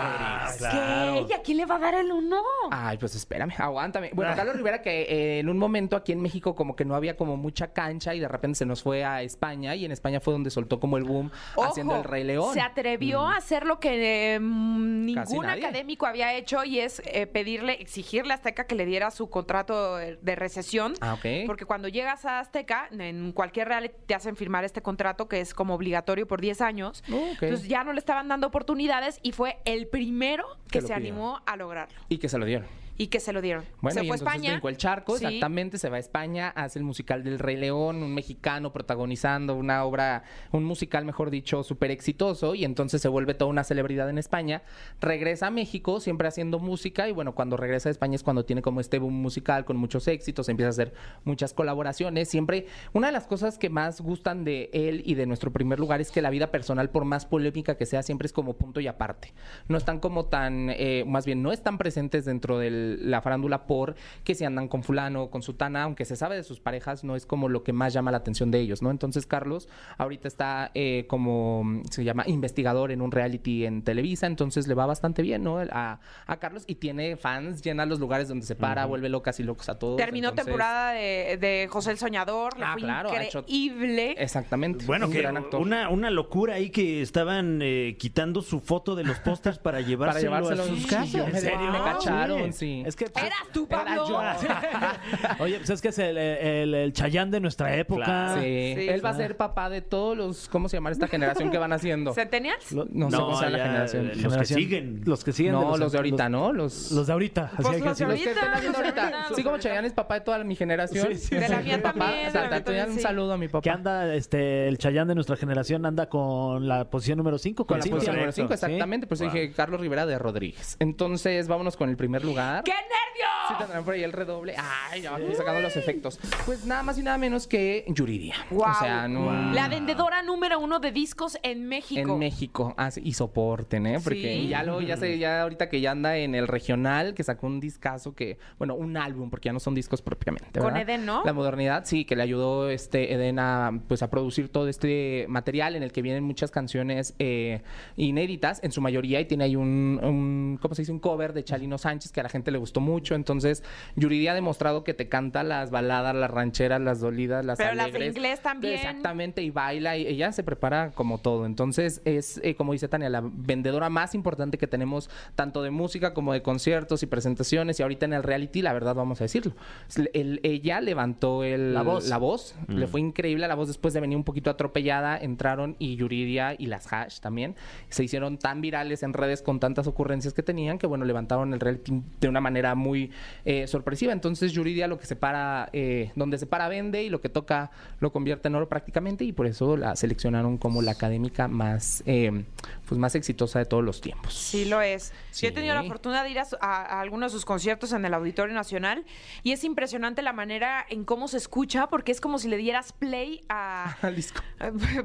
B: a quién le va a dar el 1?
G: Ay, pues espérame, aguántame. Bueno,
B: Ah.
G: Carlos Rivera que eh, en un momento aquí en México como que no había como mucha cancha y de repente se nos fue a España y en España fue donde soltó como el boom Ah, haciendo el Rey León. Mm.
B: Se atrevió a hacer lo que eh, mm,
G: Casi
B: ningún
G: nadie.
B: académico había hecho y es eh, pedirle, exigirle a Azteca que le diera su contrato de, de recesión.
G: Ah, ok.
B: Porque cuando llegas a Azteca, en cualquier reality te hacen firmar este contrato que es como obligatorio por 10 años.
G: Oh, Ok.
B: Entonces ya no le estaban dando oportunidades y fue el primero
G: Que
B: que
G: lo
B: se
G: pidió.
B: animó a lograrlo
G: Y que se lo dieron.
B: y que se lo dieron.
G: Bueno,
B: se
G: y
B: fue a
G: entonces
B: España.
G: brincó el charco,
B: Sí.
G: exactamente, se va a España, hace el musical del Rey León, un mexicano protagonizando una obra, un musical, mejor dicho, súper exitoso, y entonces se vuelve toda una celebridad en España, regresa a México, siempre haciendo música, y bueno, cuando regresa a España es cuando tiene como este boom musical con muchos éxitos, empieza a hacer muchas colaboraciones, siempre, una de las cosas que más gustan de él y de nuestro primer lugar es que la vida personal, por más polémica que sea, siempre es como punto y aparte, no están como tan, eh, más bien, no están presentes dentro de la farándula por que si andan con fulano o con sutana, aunque se sabe de sus parejas, no es como lo que más llama la atención de ellos, ¿no? Entonces Carlos ahorita está eh, como, mm, se llama, investigador en un reality en Televisa, entonces le va bastante bien, ¿no? A, a Carlos y tiene fans, llena los lugares donde se para, vuelve locas y locos a todos.
B: Terminó
G: entonces-
B: temporada de, de José el Soñador. Le
G: Ah,
B: fue
G: claro, ha hecho-
B: increíble.
G: Exactamente.
C: Bueno,
G: un
C: que
G: gran actor.
C: una, una locura ahí que estaban eh, quitando su foto de los pósters para
G: Para
C: llevárselo,
G: llevárselo a sus casas.
C: ¿En serio?
G: Me cacharon, Pues, sí.
D: Es que
B: Eras tú, Pablo.
D: Oye, pues es que es el, el, el Chayán de nuestra época.
G: Sí.
B: sí.
G: Él va a ser papá de todos los, ¿cómo se llama esta generación que van haciendo?
B: ¿Centennials?
G: Lo- No, sé
C: No,
G: cómo sea la
C: ya,
G: generación.
C: los que
D: Generación-
C: siguen.
D: Los que siguen.
G: no, los,
D: los,
G: de ahorita,
D: los-
G: ¿no? Los,
D: Los de ahorita. así
B: Pues
D: hay que
B: los
D: decirlo.
B: de
G: los que están haciendo
B: Ahorita,
G: ahorita.
B: ahorita,
G: Sí, como
B: ahorita.
G: Chayanne es papá de toda mi generación.
D: Sí, sí,
B: De la
G: Mi
B: mía
G: papá,
B: también,
G: o sea,
B: de la mía
G: también
B: también,
G: un
B: sí.
G: saludo a mi papá.
D: Que anda, este, el Chayán de nuestra generación anda con la posición número 5.
G: Con la
C: Cintia.
G: posición número
C: Correcto,
G: 5, exactamente. Por eso dije Carlos Rivera de Rodríguez. Entonces, vámonos con el primer lugar.
B: ¡Qué nervios!
G: Sí, tendrán por ahí el redoble. Ay, ya aquí sacando los efectos. Pues nada más y nada menos que Yuridia.
B: Guau.
G: O sea, no.
B: La vendedora número uno de discos en México.
G: En México. Ah, sí, y soporten, ¿eh? Porque
B: Sí.
G: ya lo, ya sé, ya ahorita que ya anda en el regional, que sacó un discazo que, bueno, un álbum, porque ya no son discos propiamente.
B: Con
G: ¿verdad?
B: Eden, ¿no?
G: La modernidad, sí, que le ayudó este Eden a pues a producir todo este material en el que vienen muchas canciones eh, inéditas, en su mayoría, y tiene ahí un, un- ¿cómo se dice? un cover de Chalino Sánchez que a la gente le gustó mucho. Entonces, Yuridia ha demostrado que te canta las baladas, las rancheras, las dolidas, las
B: Pero las de
G: alegres.
B: inglés también.
G: Exactamente exactamente, y baila y ella se prepara como todo. Entonces es, eh, como dice Tania, la vendedora más importante que tenemos tanto de música como de conciertos y presentaciones y ahorita en el reality, la verdad vamos a decirlo. Es- el- ella levantó el-
D: La voz. Mm.
G: le fue increíble la voz después de venir un poquito atropellada, entraron y Yuridia y las Hash también se hicieron tan virales en redes con tantas ocurrencias que tenían que bueno, levantaron el reality de una manera muy eh, sorpresiva. Entonces Yuridia lo que se para, eh, donde se para vende y lo que toca lo convierte en oro prácticamente y por eso la seleccionaron como la académica más, eh, pues más exitosa de todos los tiempos.
B: Sí lo es. Yo he
G: Sí.
B: tenido la fortuna de ir a, su- a- a algunos de sus conciertos en el Auditorio Nacional y es impresionante la manera en cómo se escucha porque es como si le dieras play a...
G: Al disco.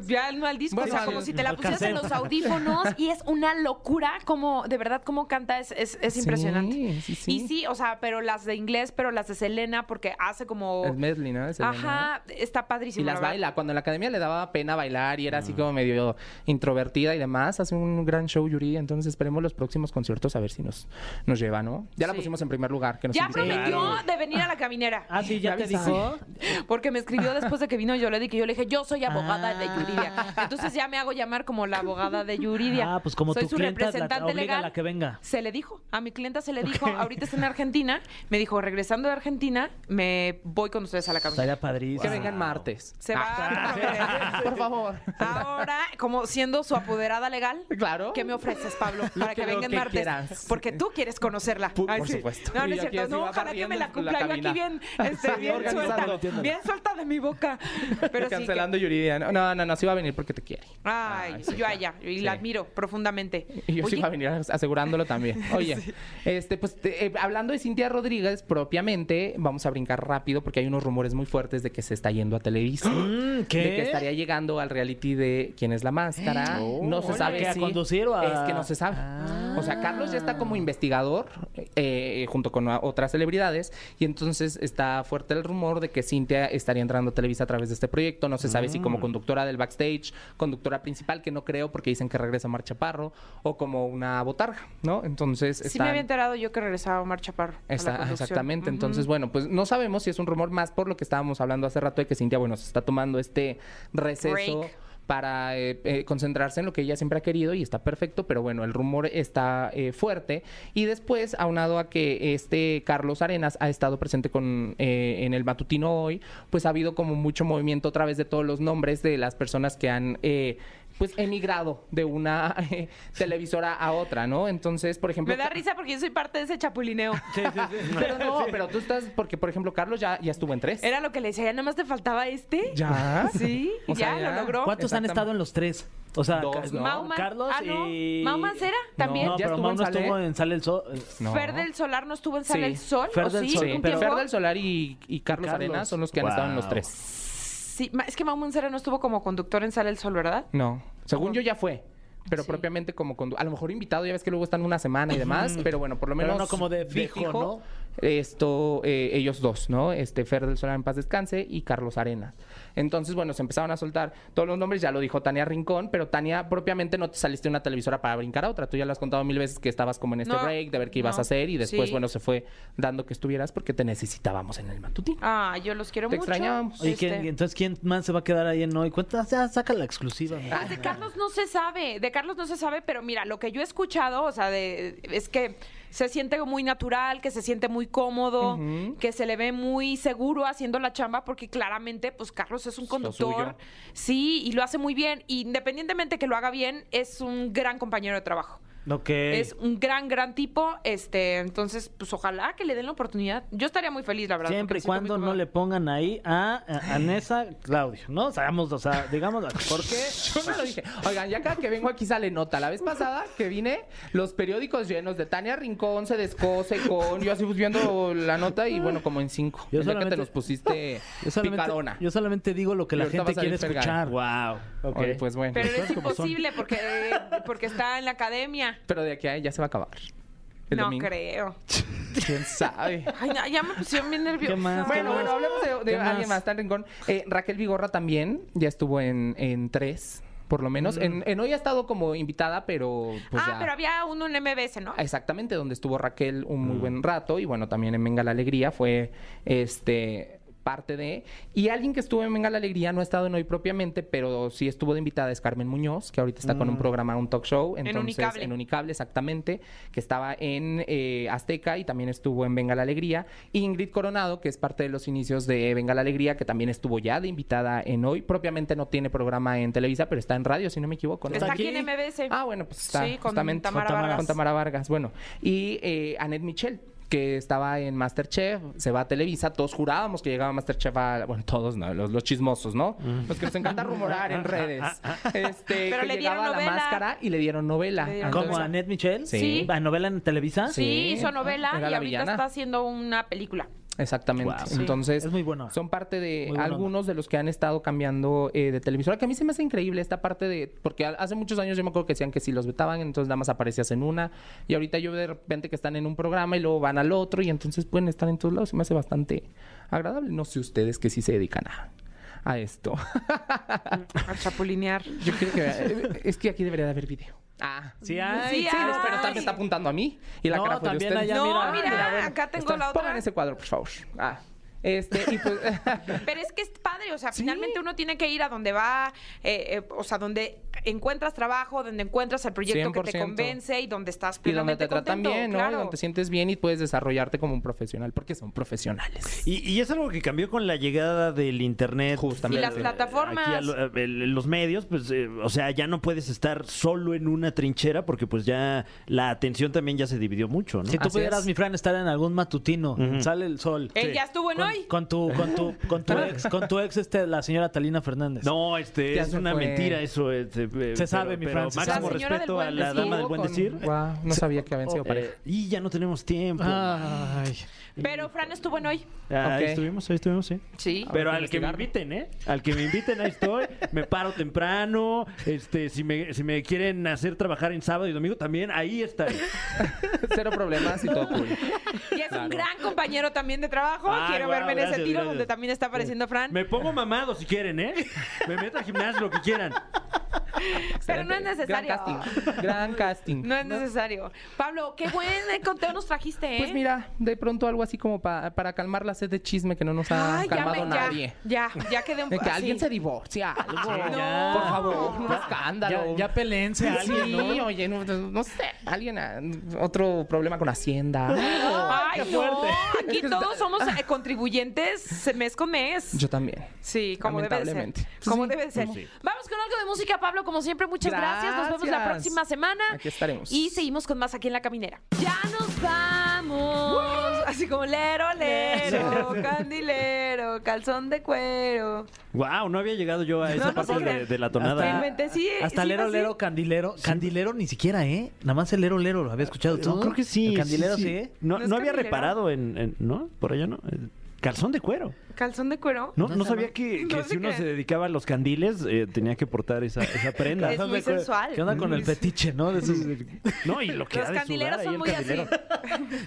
B: Ya no al disco, o
G: Bueno,
B: sea,
G: al-
B: como si te la
D: al
B: pusieras en
D: cassette.
B: los audífonos y es una locura como, de verdad, cómo canta, es, es- es
G: Sí,
B: impresionante.
G: sí, sí.
B: Y sí, o sea, pero las de inglés, pero las de Selena, porque hace como...
G: El medley, ¿no? Es el-
B: Ajá, está
G: Y
B: padrísimo.
G: las
B: la verdad.
G: baila. Cuando en la academia le daba pena bailar y era así como medio introvertida y demás, hace un gran show Yuri. Entonces esperemos los próximos conciertos a ver si nos, nos lleva, ¿no? Ya la
B: Sí.
G: pusimos en primer lugar. Que nos
B: Ya
G: invite.
B: prometió de venir a la caminera.
D: Ah, sí, ya
G: Me
D: te
G: avisa.
D: dijo.
B: Porque me escribió después de que vino Yolanda y que yo le dije, yo soy abogada
G: Ah.
B: de Yuridia. Entonces ya me hago llamar como la abogada de Yuridia.
D: Ah, pues como
B: soy
D: tu
B: su
D: clienta, la-
B: representante
D: oblígala
B: legal.
D: a que venga.
B: Se le dijo, a mi clienta se le dijo, ahorita está en Argentina, me dijo, regresando de Argentina, me voy con ustedes a la caminera.
D: Estaría padrísimo.
G: Que vengan martes. Ah.
B: Se va a prometer.
G: Por favor.
B: Ahora, como siendo su apoderada legal,
G: Claro.
B: ¿qué me ofreces, Pablo? Para que,
G: que- lo
B: vengan
G: que
B: martes.
G: quieras.
B: Porque tú quieres conocerla.
G: Pu-
B: Ay,
G: por
B: sí.
G: supuesto.
B: No, no
G: Y
B: es
G: aquí
B: cierto.
G: así
B: No,
G: va
B: ojalá que me la
G: barriendo la
B: cumpla. Yo aquí
G: cabina.
B: bien, este,
G: Sí,
B: bien suelta.
G: organizando.
B: Bien suelta de mi boca. Pero sí. que-
G: Cancelando Yuridia. No, no, no, no, sí va a venir porque te quiere.
B: Ay,
G: Ay, sí,
B: yo
G: claro.
B: allá, y la
G: Sí.
B: admiro profundamente.
G: Y yo sí
B: Oye,
G: iba a venir asegurándolo también. Oye, este, pues te- eh, hablando de Cintia Rodríguez propiamente, vamos a brincar rápido porque hay unos rumores muy fuertes de que se está yendo a Televisa.
D: Mm, ¿qué?
G: De que estaría llegando al reality de ¿Quién es la máscara? no se
D: Órale.
G: sabe
D: ¿Que a
G: si-
D: conducir o a- Ah.
G: Es que no se sabe. O sea, Carlos ya está como investigador eh, junto con a- otras celebridades y entonces está fuerte el rumor de que Cintia estaría entrando a Televisa a través de este proyecto. No se sabe si como conductora del backstage, conductora principal, que no creo porque dicen que regresa Mar Chaparro, o como una botarga, ¿no? Entonces
B: Sí me había
G: están-
B: enterado yo que regresaba Omar Chaparro. a la
G: Está-
B: conducción.
G: exactamente.
B: Ujú.
G: Entonces, bueno, pues no sabemos si es un rumor más por lo que estábamos hablando hace rato de que Cintia, bueno, se está tomando este receso.
B: Break.
G: para eh, eh, concentrarse en lo que ella siempre ha querido y está perfecto, pero bueno, el rumor está eh, fuerte. Y después, aunado a que este Carlos Arenas ha estado presente con, eh, en el matutino hoy, pues ha habido como mucho movimiento a través de todos los nombres de las personas que han... eh, pues emigrado de una eh, televisora a otra, ¿no? Entonces, por ejemplo...
B: Me da risa porque yo soy parte de ese chapulineo.
G: Pero no, pero tú estás, porque por ejemplo Carlos ya, ya estuvo en tres.
B: Era lo que le decía, ya nada más te faltaba este.
G: ¿Ya?
B: Sí,
G: O sea,
B: ya,
G: ya.
B: lo logró.
D: ¿Cuántos han
G: Exactamente.
D: estado en los tres? O sea,
G: Dos,
D: Ca-
G: ¿no?
B: Mau Man-
D: Carlos
B: ah, no.
D: y...
B: Mau Mancera también.
D: No,
G: ¿Ya
D: pero
G: estuvo
D: Mau
G: en
D: no
G: Sale?
D: estuvo en Sale el Sol.
G: No.
B: Fer del Solar no estuvo en Sale
G: Sí.
B: el Sol.
D: Fer
B: ¿o
D: del
B: sí?
D: Sol,
G: Sí,
B: ¿Un
D: pero-
B: tiempo?
G: Fer del Solar y, y Carlos,
D: Carlos.
G: Arena son los que han
C: Wow.
G: estado en los tres.
B: Sí, ma- es que Mau Mancera no estuvo como conductor en Sale el Sol, ¿verdad?
G: No, según yo ya fue. Pero
B: Sí.
G: propiamente como condu- a lo mejor invitado, ya ves que luego están una semana y demás, pero bueno, por lo menos
D: no como de fijo, ¿no?
G: Esto, eh, ellos dos, ¿no? Este, Fer del Solar en paz descanse y Carlos Arenas. Entonces, bueno, se empezaron a soltar todos los nombres, ya lo dijo Tania Rincón, pero Tania propiamente no te saliste de una televisora para brincar a otra. Tú ya lo has contado mil veces que estabas como en este
B: No,
G: break de ver qué ibas
B: no,
G: a hacer y después,
B: sí.
G: bueno, se fue dando que estuvieras porque te necesitábamos en el matutino.
B: Ah, yo los quiero
G: Te
B: mucho.
G: extrañábamos.
D: Oye, ¿quién-
B: Este,
D: entonces, ¿quién más se va a quedar ahí en hoy? Cuenta, ya, saca la exclusiva. ¿no?
B: Ah, de Carlos no se sabe, de Carlos no se sabe, pero mira, lo que yo he escuchado, o sea, de, es que se siente muy natural, que se siente muy cómodo, que se le ve muy seguro haciendo la chamba, porque claramente, pues Carlos es un
G: suyo.
B: conductor, sí, y lo hace muy bien, Y independientemente que lo haga bien, es un gran compañero de trabajo.
D: Ok.
B: Es un gran, gran tipo, este, entonces, pues ojalá que le den la oportunidad. Yo estaría muy feliz, la verdad.
D: Siempre
B: porque
D: y
B: siento muy
D: cuando no
B: cómoda.
D: le pongan ahí a, a Anesa Claudio, ¿no? Sabemos, o sea, digamos, ¿por qué?
G: Yo no lo dije. Oigan, ya cada que vengo aquí sale nota. La vez pasada que vine, los periódicos llenos de Tania Rincón se descose con. Yo así pues, viendo la nota y bueno, como en cinco.
D: Yo
G: El día que
D: solamente-
G: te nos pusiste
D: Yo solamente,
G: picarona.
D: yo solamente digo lo que
G: Y
D: la
G: ahorita
D: gente
G: va a
D: quiere
G: salir Fergay.
D: escuchar. Wow.
G: Oye, pues bueno.
B: Pero
G: Pero...
B: es
D: como son.
B: imposible porque, porque está en la academia.
G: de aquí a ahí ya se va a acabar. El
B: no
G: domingo.
B: creo.
G: ¿Quién sabe?
B: Ay, no, ya me pusieron bien nerviosa.
D: ¿Qué más?
G: Bueno, bueno, hablemos de- de,
D: ¿Qué más?
G: alguien más, tan rincón. Eh, Raquel Vigorra también ya estuvo en, en tres, por lo
D: Mm.
G: menos. En, en hoy ha estado como invitada, pero pues
B: ah,
G: ya.
B: pero había uno en MBS, ¿no?
G: Exactamente, donde estuvo Raquel un muy buen rato y bueno, también en Venga la Alegría fue este parte de y alguien que estuvo en Venga la Alegría no ha estado en hoy propiamente, pero sí estuvo de invitada es Carmen Muñoz, que ahorita está con un programa, un talk show, entonces
B: Unicable.
G: en Unicable exactamente, que estaba en eh, Azteca y también estuvo en Venga la Alegría, Y Ingrid Coronado, que es parte de los inicios de Venga la Alegría, que también estuvo ya de invitada en hoy, propiamente no tiene programa en Televisa, pero está en radio si no me equivoco. ¿no?
B: Está
D: aquí.
B: aquí en MBS.
G: Ah, bueno, pues está
B: Sí, con
G: justamente
B: Tamara Vargas.
G: con Tamara Vargas. Bueno, y eh, Annette Michel, que estaba en Masterchef, se va a Televisa, todos jurábamos que llegaba Masterchef a, bueno, todos, no, los, los chismosos, ¿no? Los que nos encanta rumorar en redes. Este,
B: Pero
G: que
B: le dieron
G: llegaba a la
B: novela.
G: máscara y le dieron novela. Ah,
B: Le dieron
D: ¿Cómo?
G: Entonces,
D: ¿Annette Michel?
G: Sí.
D: ¿La novela en Televisa?
B: sí,
G: sí. Ah,
B: hizo novela
G: Era
B: y
G: la
B: ahorita
G: villana.
B: está haciendo una película.
G: Exactamente.
D: Guau.
G: Entonces,
D: Es muy bueno.
G: son parte de
D: Muy buena
G: algunos de los que han estado cambiando eh, de televisora, que a mí se me hace increíble esta parte de, porque a- hace muchos años yo me acuerdo que decían que si los vetaban, entonces nada más aparecías en una, y ahorita yo veo de repente que están en un programa y luego van al otro, y entonces pueden estar en todos lados, se me hace bastante agradable. No sé ustedes que sí se dedican a, a esto.
B: A chapulinear.
G: Yo creo que, eh, es que aquí debería de haber video. Ah.
D: Sí, hay.
B: Sí,
G: Sí, no,
B: ay.
G: pero también está apuntando a mí. Y la
D: No,
G: cara fue de
D: también
G: ustedes.
D: allá,
B: no, mira,
D: mira, mira, bueno,
B: acá tengo
G: Está-
B: la otra.
G: Pongan ese cuadro, por favor. Ah. Este, y pues.
B: Pero es que es padre, o sea, finalmente uno tiene que ir a donde va, eh, eh, o sea, donde encuentras trabajo, donde encuentras el proyecto que te
G: 100%.
B: convence y donde estás
G: Y donde
B: plenamente
G: te tratan
B: contento,
G: bien, ¿no?
B: claro.
G: Y donde te sientes bien y puedes desarrollarte como un profesional, porque son profesionales.
C: Y, y es algo que cambió con la llegada del internet.
G: Justamente. Y las
C: eh,
B: plataformas.
C: aquí a lo- a- el- los medios, pues, eh, o sea, ya no puedes estar solo en una trinchera porque pues ya la atención también ya se dividió mucho, ¿no?
D: Si tú
G: Así
D: pudieras,
G: es.
D: mi Fran, estar en algún matutino,
C: Ujú.
D: sale el sol.
B: Él ya estuvo en
D: Con-
B: hoy.
D: Con tu, con tu, con tu ex, con tu ex, este, la señora Talina Fernández.
C: No, este,
G: Ya
C: es
G: se
C: una
G: fue.
C: mentira eso. este, eh, pero-
D: sabe, mi
C: pero
D: Fran, se
C: Máximo
B: sabe. La señora
C: respeto
B: del
C: a la
B: buen decir.
C: dama del buen decir.
G: Guau, no sabía que habían sido pareja.
C: Eh, y ya no tenemos tiempo.
D: Ay.
B: Pero Fran estuvo en hoy.
C: Ah, Ahí
G: Ah, ok.
C: estuvimos, ahí estuvimos, sí.
B: Sí.
C: Pero
G: Habrá que
C: al que me
G: investigarlo.
C: inviten, ¿eh? Al que me inviten, ahí estoy. Me paro temprano. Este, si me, si me quieren hacer trabajar en sábado y domingo, también ahí estaré.
G: Cero problemas y todo cool.
B: Y es un
G: Claro. Ah,
B: gran compañero también de trabajo.
C: Ay,
B: Quiero
C: guau,
B: verme en ese
C: gracias,
B: tiro
C: gracias.
B: donde también está apareciendo Fran.
C: Me pongo mamado si quieren, ¿eh? Me meto al gimnasio, lo que quieran.
B: Pero no es
G: Excelente.
B: necesario.
G: Gran casting. Gran casting.
B: No es necesario. Pablo, qué buen conteo nos trajiste, ¿eh?
G: Pues mira, de pronto algo así como pa- para calmar la sed de chisme que no nos ha
B: Ay, ya,
G: calmado
B: me- ya,
G: nadie.
B: ya, ya quedé un
G: De que
B: sí.
G: alguien se divorcia, algo.
D: ya.
G: Por favor, un escándalo.
D: Ya, ya pelense a alguien,
G: sí,
D: ¿no?
G: oye, no, no sé, alguien, ah, otro problema con Hacienda.
B: Ay,
C: Qué
B: no.
C: fuerte.
B: Aquí todos somos eh, contribuyentes eh, mes con mes.
G: Ah. Yo también.
B: Sí, como debe de ser.
G: Lamentablemente.
B: Como
G: Sí.
B: debe de ser.
C: Pues sí.
B: Vamos con algo de música, Pablo, como siempre, muchas gracias. Nos vemos la
G: Gracias.
B: próxima semana.
G: Aquí estaremos.
B: Y seguimos con más aquí en La Caminera. ¡Ya nos vamos! Así como lero, lero, candilero, calzón de cuero.
C: Wow, no había llegado yo a esa
B: No, no
C: parte
B: sé
C: de,
B: qué.
C: de la tonada.
B: Me inventé, sí,
D: Hasta
B: sí,
D: Lero
B: así.
D: Lero, Candilero. Candilero ni siquiera, ¿eh? Nada más el Lero Lero lo había escuchado tú.
C: No, creo que sí.
D: El
C: sí,
D: Candilero sí.
C: sí.
D: ¿eh?
C: No,
B: ¿No es
C: no había
B: candilero?
C: reparado en, en- ¿No? Por allá no. El Calzón de cuero.
B: ¿Calzón de cuero?
C: No, no, sabía que, que
B: No sé
C: si uno
B: qué.
C: se dedicaba a los candiles, eh, tenía que portar esa, esa prenda.
B: Es muy sensual.
D: ¿Qué onda con el
B: Muy-
D: petiche, no? De esos,
C: No, y lo que
B: Los
C: ha de sudar
B: candileros
C: ahí
B: son
C: el
B: muy así.
C: candilero.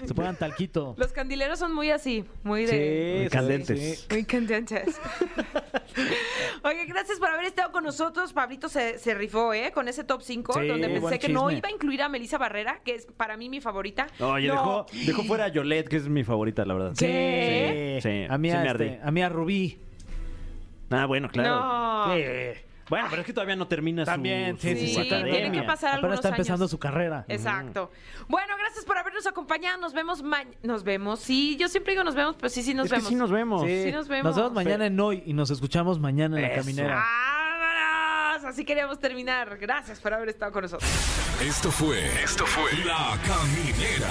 D: se pongan talquito.
B: Los candileros son muy así, muy de...
C: Muy candentes.
B: Muy candentes. Oye, gracias por haber estado con nosotros. Pablito se, se rifó, ¿eh? Con ese top 5,
C: Sí,
B: donde
C: buen
B: pensé que no
C: chisme.
B: iba a incluir a Melissa Barrera, que es para mí mi favorita.
C: Oye, dejó, dejó fuera a Yolette, que es mi favorita, la verdad.
B: ¿Qué?
C: Sí, sí,
D: A mí
C: sí
D: a,
C: me
D: este,
C: ardí.
D: a mí a Rubí.
C: Ah, bueno, claro.
B: No.
C: Sí. Bueno, pero es que todavía no termina su-
D: También,
C: su,
D: sí, sí, sí,
B: tiene
C: academia.
B: que pasar
D: Apenas
B: algunos
D: está empezando
B: años.
D: su carrera.
B: Exacto. Bueno, gracias por habernos acompañado. Nos vemos ma- Nos vemos. Sí, yo siempre digo nos vemos, pero sí, sí nos
C: es
B: vemos.
C: que sí nos vemos.
B: Sí, nos vemos.
D: Nos vemos mañana en hoy y nos escuchamos mañana en la
C: Eso.
D: caminera.
B: ¡Vámonos! Así queríamos terminar. Gracias por haber estado con nosotros.
A: Esto fue. Esto fue. La Caminera.